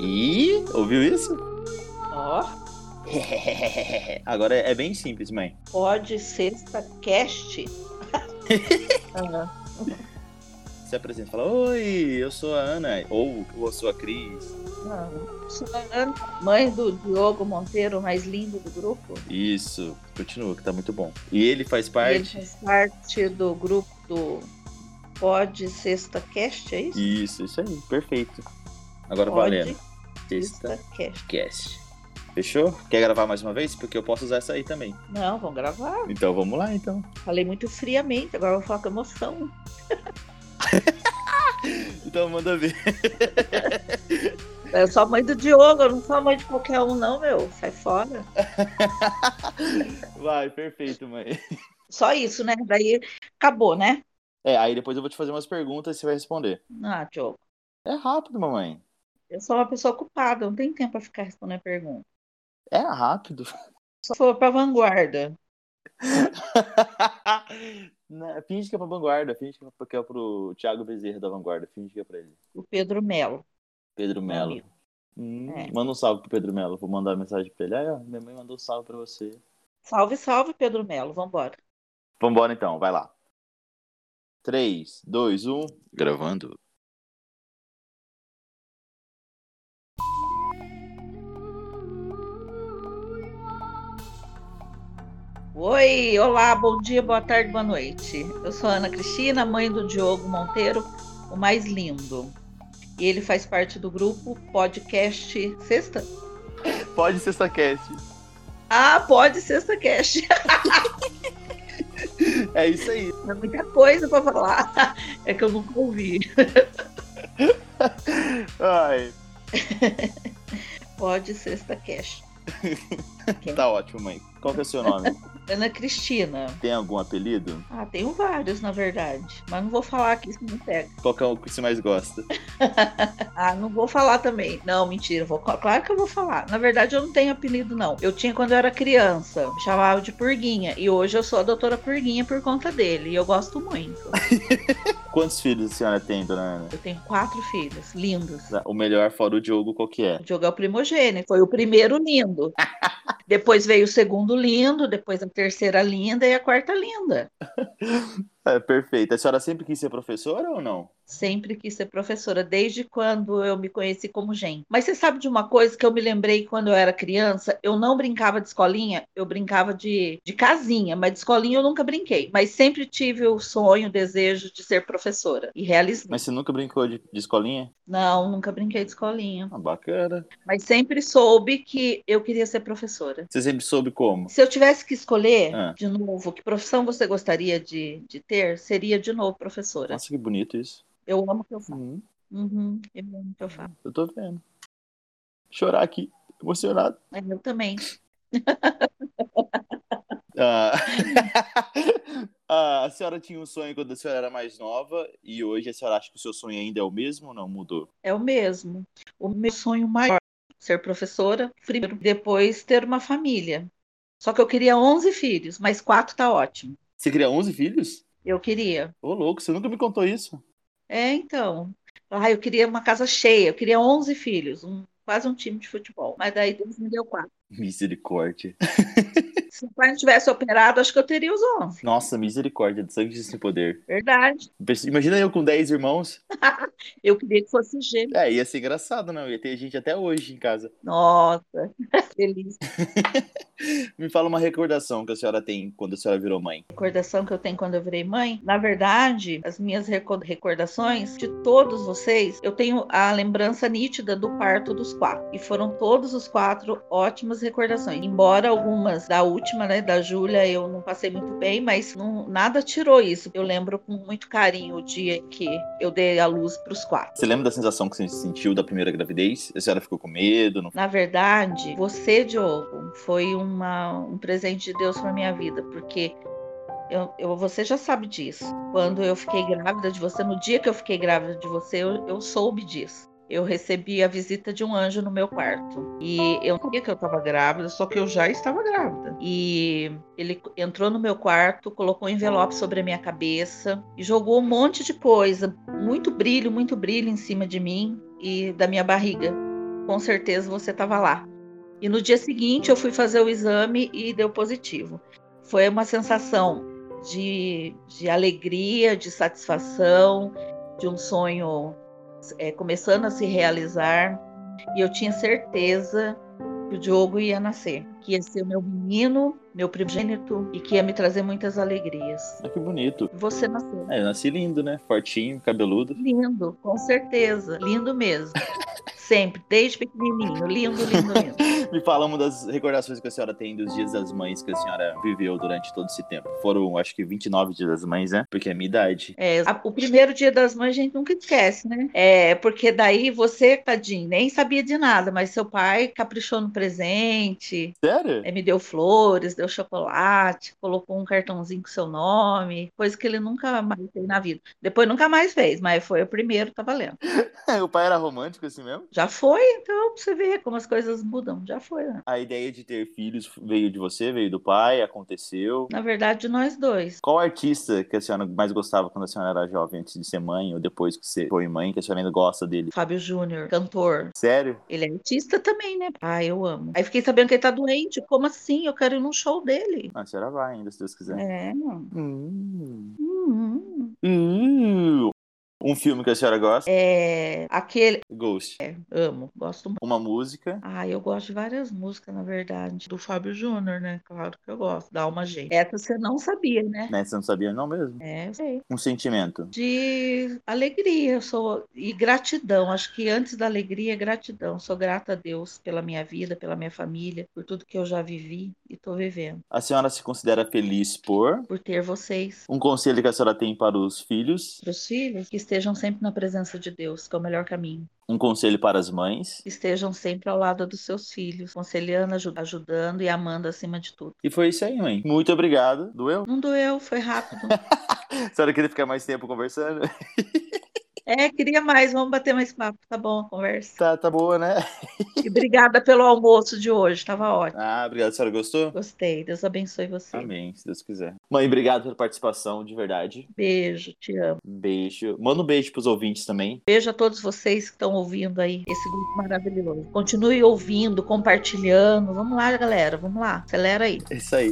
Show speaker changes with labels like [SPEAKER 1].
[SPEAKER 1] Ih, ouviu isso?
[SPEAKER 2] Ó,
[SPEAKER 1] Agora é bem simples, mãe.
[SPEAKER 2] pode sexta cast. Ah,
[SPEAKER 1] Se apresenta e fala: Oi, eu sou a Ana. Ou eu sou a Cris.
[SPEAKER 2] não. Sou a Ana, mãe do Diogo Monteiro, mais lindo do grupo.
[SPEAKER 1] Isso, continua, que tá muito bom. E ele faz
[SPEAKER 2] E Ele
[SPEAKER 1] parte.
[SPEAKER 2] faz parte do grupo do Pode Sexta Cast, é isso?
[SPEAKER 1] Isso, isso aí, perfeito. Agora valendo.
[SPEAKER 2] Pode
[SPEAKER 1] Sexta
[SPEAKER 2] Cast.
[SPEAKER 1] cast. Fechou? Quer gravar mais uma vez? Porque eu posso usar essa aí também.
[SPEAKER 2] Não, vamos gravar.
[SPEAKER 1] Então vamos lá, então.
[SPEAKER 2] Falei muito friamente, agora eu vou falar com emoção.
[SPEAKER 1] Então manda ver.
[SPEAKER 2] Eu sou a É mãe do Diogo, eu não sou a mãe de qualquer um, não, meu. Sai fora.
[SPEAKER 1] Vai, perfeito, mãe.
[SPEAKER 2] Só isso, né? Daí acabou, né?
[SPEAKER 1] É, aí depois eu vou te fazer umas perguntas e você vai responder.
[SPEAKER 2] Ah, Diogo.
[SPEAKER 1] É rápido, mamãe.
[SPEAKER 2] Eu sou uma pessoa ocupada, não tem tempo pra ficar respondendo pergunta.
[SPEAKER 1] É rápido.
[SPEAKER 2] Só se for pra vanguarda.
[SPEAKER 1] Não, finge que é pra vanguarda, finge que é pro Thiago Bezerra da vanguarda, finge que é pra ele.
[SPEAKER 2] O Pedro Melo.
[SPEAKER 1] Pedro Melo.
[SPEAKER 2] amigo.
[SPEAKER 1] Hum,
[SPEAKER 2] É.
[SPEAKER 1] Manda um salve pro Pedro Melo, vou mandar mensagem pra ele. Ah, ó, minha mãe mandou um salve pra você.
[SPEAKER 2] Salve, salve, Pedro Melo. Vambora.
[SPEAKER 1] Vambora então, vai lá. um. 3, 2, 1. Gravando.
[SPEAKER 2] Oi, olá, bom dia, boa tarde, boa noite. Eu sou a Ana Cristina, mãe do Diogo Monteiro, o mais lindo. E ele faz parte do grupo Podcast Sexta?
[SPEAKER 1] Pode ser essa cast.
[SPEAKER 2] Ah, pode Sexta Cast.
[SPEAKER 1] É isso aí.
[SPEAKER 2] É muita coisa pra falar. É que eu nunca ouvi.
[SPEAKER 1] Ai,
[SPEAKER 2] Pode Sexta Cast.
[SPEAKER 1] tá ótimo, mãe. Qual que é o seu nome?
[SPEAKER 2] Ana Cristina.
[SPEAKER 1] Tem algum apelido?
[SPEAKER 2] Ah, tenho vários, na verdade. Mas não vou falar aqui se não pega.
[SPEAKER 1] Qual que é o que você mais gosta?
[SPEAKER 2] Ah, não vou falar também. Não, mentira. Vou... Claro que eu vou falar. Na verdade, eu não tenho apelido, não. Eu tinha quando eu era criança. Me chamava de Purguinha. E hoje eu sou a doutora Purguinha por conta dele. E eu gosto muito.
[SPEAKER 1] Quantos filhos a senhora tem, dona Ana?
[SPEAKER 2] Eu tenho quatro filhos lindos.
[SPEAKER 1] O melhor fora o Diogo, qual que é?
[SPEAKER 2] O Diogo é o primogênito. Foi o primeiro lindo. Depois veio o segundo lindo. Depois a terceira linda. E a quarta linda.
[SPEAKER 1] É, perfeito. A senhora sempre quis ser professora ou não?
[SPEAKER 2] Sempre quis ser professora, desde quando eu me conheci como gente. Mas você sabe de uma coisa que eu me lembrei quando eu era criança? Eu não brincava de escolinha, eu brincava de, de casinha, mas de escolinha eu nunca brinquei. Mas sempre tive o sonho, o desejo de ser professora e realizei.
[SPEAKER 1] Mas você nunca brincou de, de escolinha?
[SPEAKER 2] Não, nunca brinquei de escolinha.
[SPEAKER 1] Ah, bacana.
[SPEAKER 2] Mas sempre soube que eu queria ser professora.
[SPEAKER 1] Você sempre soube como?
[SPEAKER 2] Se eu tivesse que escolher
[SPEAKER 1] Ah.
[SPEAKER 2] de novo que profissão você gostaria de, de ter, seria de novo professora.
[SPEAKER 1] Nossa, que bonito isso.
[SPEAKER 2] Eu amo o que eu faço.
[SPEAKER 1] Hum,
[SPEAKER 2] Uhum, eu amo o que eu faço.
[SPEAKER 1] eu tô vendo. Chorar aqui, emocionado.
[SPEAKER 2] É, Eu também.
[SPEAKER 1] Ah, Ah, a senhora tinha um sonho quando a senhora era mais nova e hoje a senhora acha que o seu sonho ainda é o mesmo ou não mudou?
[SPEAKER 2] É o mesmo. O meu sonho maior, é ser professora, primeiro, depois ter uma família. Só que eu queria 11 filhos, mas quatro tá ótimo.
[SPEAKER 1] Você cria 11 filhos?
[SPEAKER 2] Eu queria.
[SPEAKER 1] Ô, louco, você nunca me contou isso.
[SPEAKER 2] É, então. Ah, eu queria uma casa cheia, eu queria 11 filhos, um- quase um time de futebol. Mas daí Deus me deu quatro.
[SPEAKER 1] Misericórdia.
[SPEAKER 2] Se o pai não tivesse operado, acho que eu teria os 11.
[SPEAKER 1] Nossa, misericórdia, do sangue sem poder.
[SPEAKER 2] Verdade.
[SPEAKER 1] Imagina eu com 10 irmãos.
[SPEAKER 2] Eu queria que fosse gêmeo.
[SPEAKER 1] É, ia ser engraçado, não? Ia ter gente até hoje em casa.
[SPEAKER 2] Nossa, feliz.
[SPEAKER 1] Me fala uma recordação que a senhora tem quando a senhora virou mãe.
[SPEAKER 2] recordação que eu tenho quando eu virei mãe, na verdade, as minhas reco- recordações de todos vocês, eu tenho a lembrança nítida do parto dos quatro. E foram todos os quatro ótimas recordações. Embora algumas da última, né, da Júlia, eu não passei muito bem, mas não- nada tirou isso. Eu lembro com muito carinho o dia em que eu dei a luz para os quatro.
[SPEAKER 1] Você lembra da sensação que você sentiu da primeira gravidez? A senhora ficou com medo? Não...
[SPEAKER 2] Na verdade, você, Diogo, foi uma- um presente de Deus para minha vida, porque eu- eu- você já sabe disso. Quando eu fiquei grávida de você, no dia que eu fiquei grávida de você, eu, eu soube disso. Eu recebi a visita de um anjo no meu quarto. E eu não sabia que eu estava grávida, só que eu já estava grávida. E ele entrou no meu quarto, colocou um envelope sobre a minha cabeça e jogou um monte de coisa, muito brilho, muito brilho em cima de mim e da minha barriga. com certeza você estava lá. E no dia seguinte eu fui fazer o exame e deu positivo. Foi uma sensação de, de alegria, de satisfação, de um sonho é, começando a se realizar. E eu tinha certeza que o Diogo ia nascer, que ia ser o meu menino, meu primogênito e que ia me trazer muitas alegrias.
[SPEAKER 1] Ah, que bonito.
[SPEAKER 2] Você nasceu.
[SPEAKER 1] É, eu nasci lindo, né? Fortinho, cabeludo.
[SPEAKER 2] Lindo, com certeza. Lindo mesmo. Sempre, desde pequenininho. Lindo, lindo, lindo.
[SPEAKER 1] Me fala uma das recordações que a senhora tem dos dias das mães que a senhora viveu durante todo esse tempo. Foram, acho que 29 dias das mães, né? Porque é minha idade.
[SPEAKER 2] É, a- o primeiro dia das mães a gente nunca esquece, né? É, porque daí você, tadinho, nem sabia de nada, mas seu pai caprichou no presente,
[SPEAKER 1] Sério?
[SPEAKER 2] é, me deu flores, deu chocolate, colocou um cartãozinho com seu nome, coisa que ele nunca mais fez na vida. Depois nunca mais fez, mas foi o primeiro, tá valendo.
[SPEAKER 1] o pai era romântico assim mesmo?
[SPEAKER 2] Já foi, então, pra você ver como as coisas mudam, já foi, né?
[SPEAKER 1] A ideia de ter filhos veio de você, veio do pai, aconteceu.
[SPEAKER 2] Na verdade, nós dois.
[SPEAKER 1] Qual artista que a senhora mais gostava quando a senhora era jovem, antes de ser mãe ou depois que você foi mãe, que a senhora ainda gosta dele?
[SPEAKER 2] Fábio Júnior, cantor.
[SPEAKER 1] Sério?
[SPEAKER 2] Ele é artista também, né? Ah, eu amo. Aí fiquei sabendo que ele tá doente. Como assim? Eu quero ir num show dele.
[SPEAKER 1] Ah, a senhora vai ainda, se Deus quiser.
[SPEAKER 2] É, não.
[SPEAKER 1] Hum.
[SPEAKER 2] Hum.
[SPEAKER 1] Hum. Um filme que a senhora gosta?
[SPEAKER 2] É, aquele.
[SPEAKER 1] Ghost.
[SPEAKER 2] Amo, gosto muito.
[SPEAKER 1] Uma música.
[SPEAKER 2] Ah, eu gosto de várias músicas, na verdade. Do Fábio Júnior, né? Claro que eu gosto. Dá uma jeito. Essa você não sabia, né?
[SPEAKER 1] Né? Você não sabia não mesmo?
[SPEAKER 2] É, eu sei.
[SPEAKER 1] Um sentimento.
[SPEAKER 2] De alegria, eu sou e gratidão. Acho que antes da alegria, é gratidão. Sou grata a Deus pela minha vida, pela minha família, por tudo que eu já vivi e estou vivendo,
[SPEAKER 1] A senhora se considera feliz por?
[SPEAKER 2] por ter vocês.
[SPEAKER 1] Um conselho que a senhora tem para os filhos?
[SPEAKER 2] para os filhos que estejam sempre na presença de Deus, que é o melhor caminho.
[SPEAKER 1] Um conselho para as mães?
[SPEAKER 2] Que estejam sempre ao lado dos seus filhos, aconselhando, aju- ajudando e amando acima de tudo.
[SPEAKER 1] E foi isso aí, mãe. Muito obrigado. Doeu?
[SPEAKER 2] Não doeu, foi rápido.
[SPEAKER 1] A senhora queria ficar mais tempo conversando?
[SPEAKER 2] É, queria mais, vamos bater mais papo, tá bom, a conversa.
[SPEAKER 1] Tá, tá boa, né?
[SPEAKER 2] E obrigada pelo almoço de hoje, tava ótimo.
[SPEAKER 1] Ah, obrigado. A senhora gostou?
[SPEAKER 2] Gostei, Deus abençoe você.
[SPEAKER 1] Amém, se Deus quiser. Mãe, obrigado pela participação, de verdade.
[SPEAKER 2] Beijo, te amo.
[SPEAKER 1] Beijo. Manda um beijo pros ouvintes também.
[SPEAKER 2] Beijo a todos vocês que estão ouvindo aí, esse grupo maravilhoso. Continue ouvindo, compartilhando. Vamos lá, galera, vamos lá. Acelera aí.
[SPEAKER 1] É isso aí.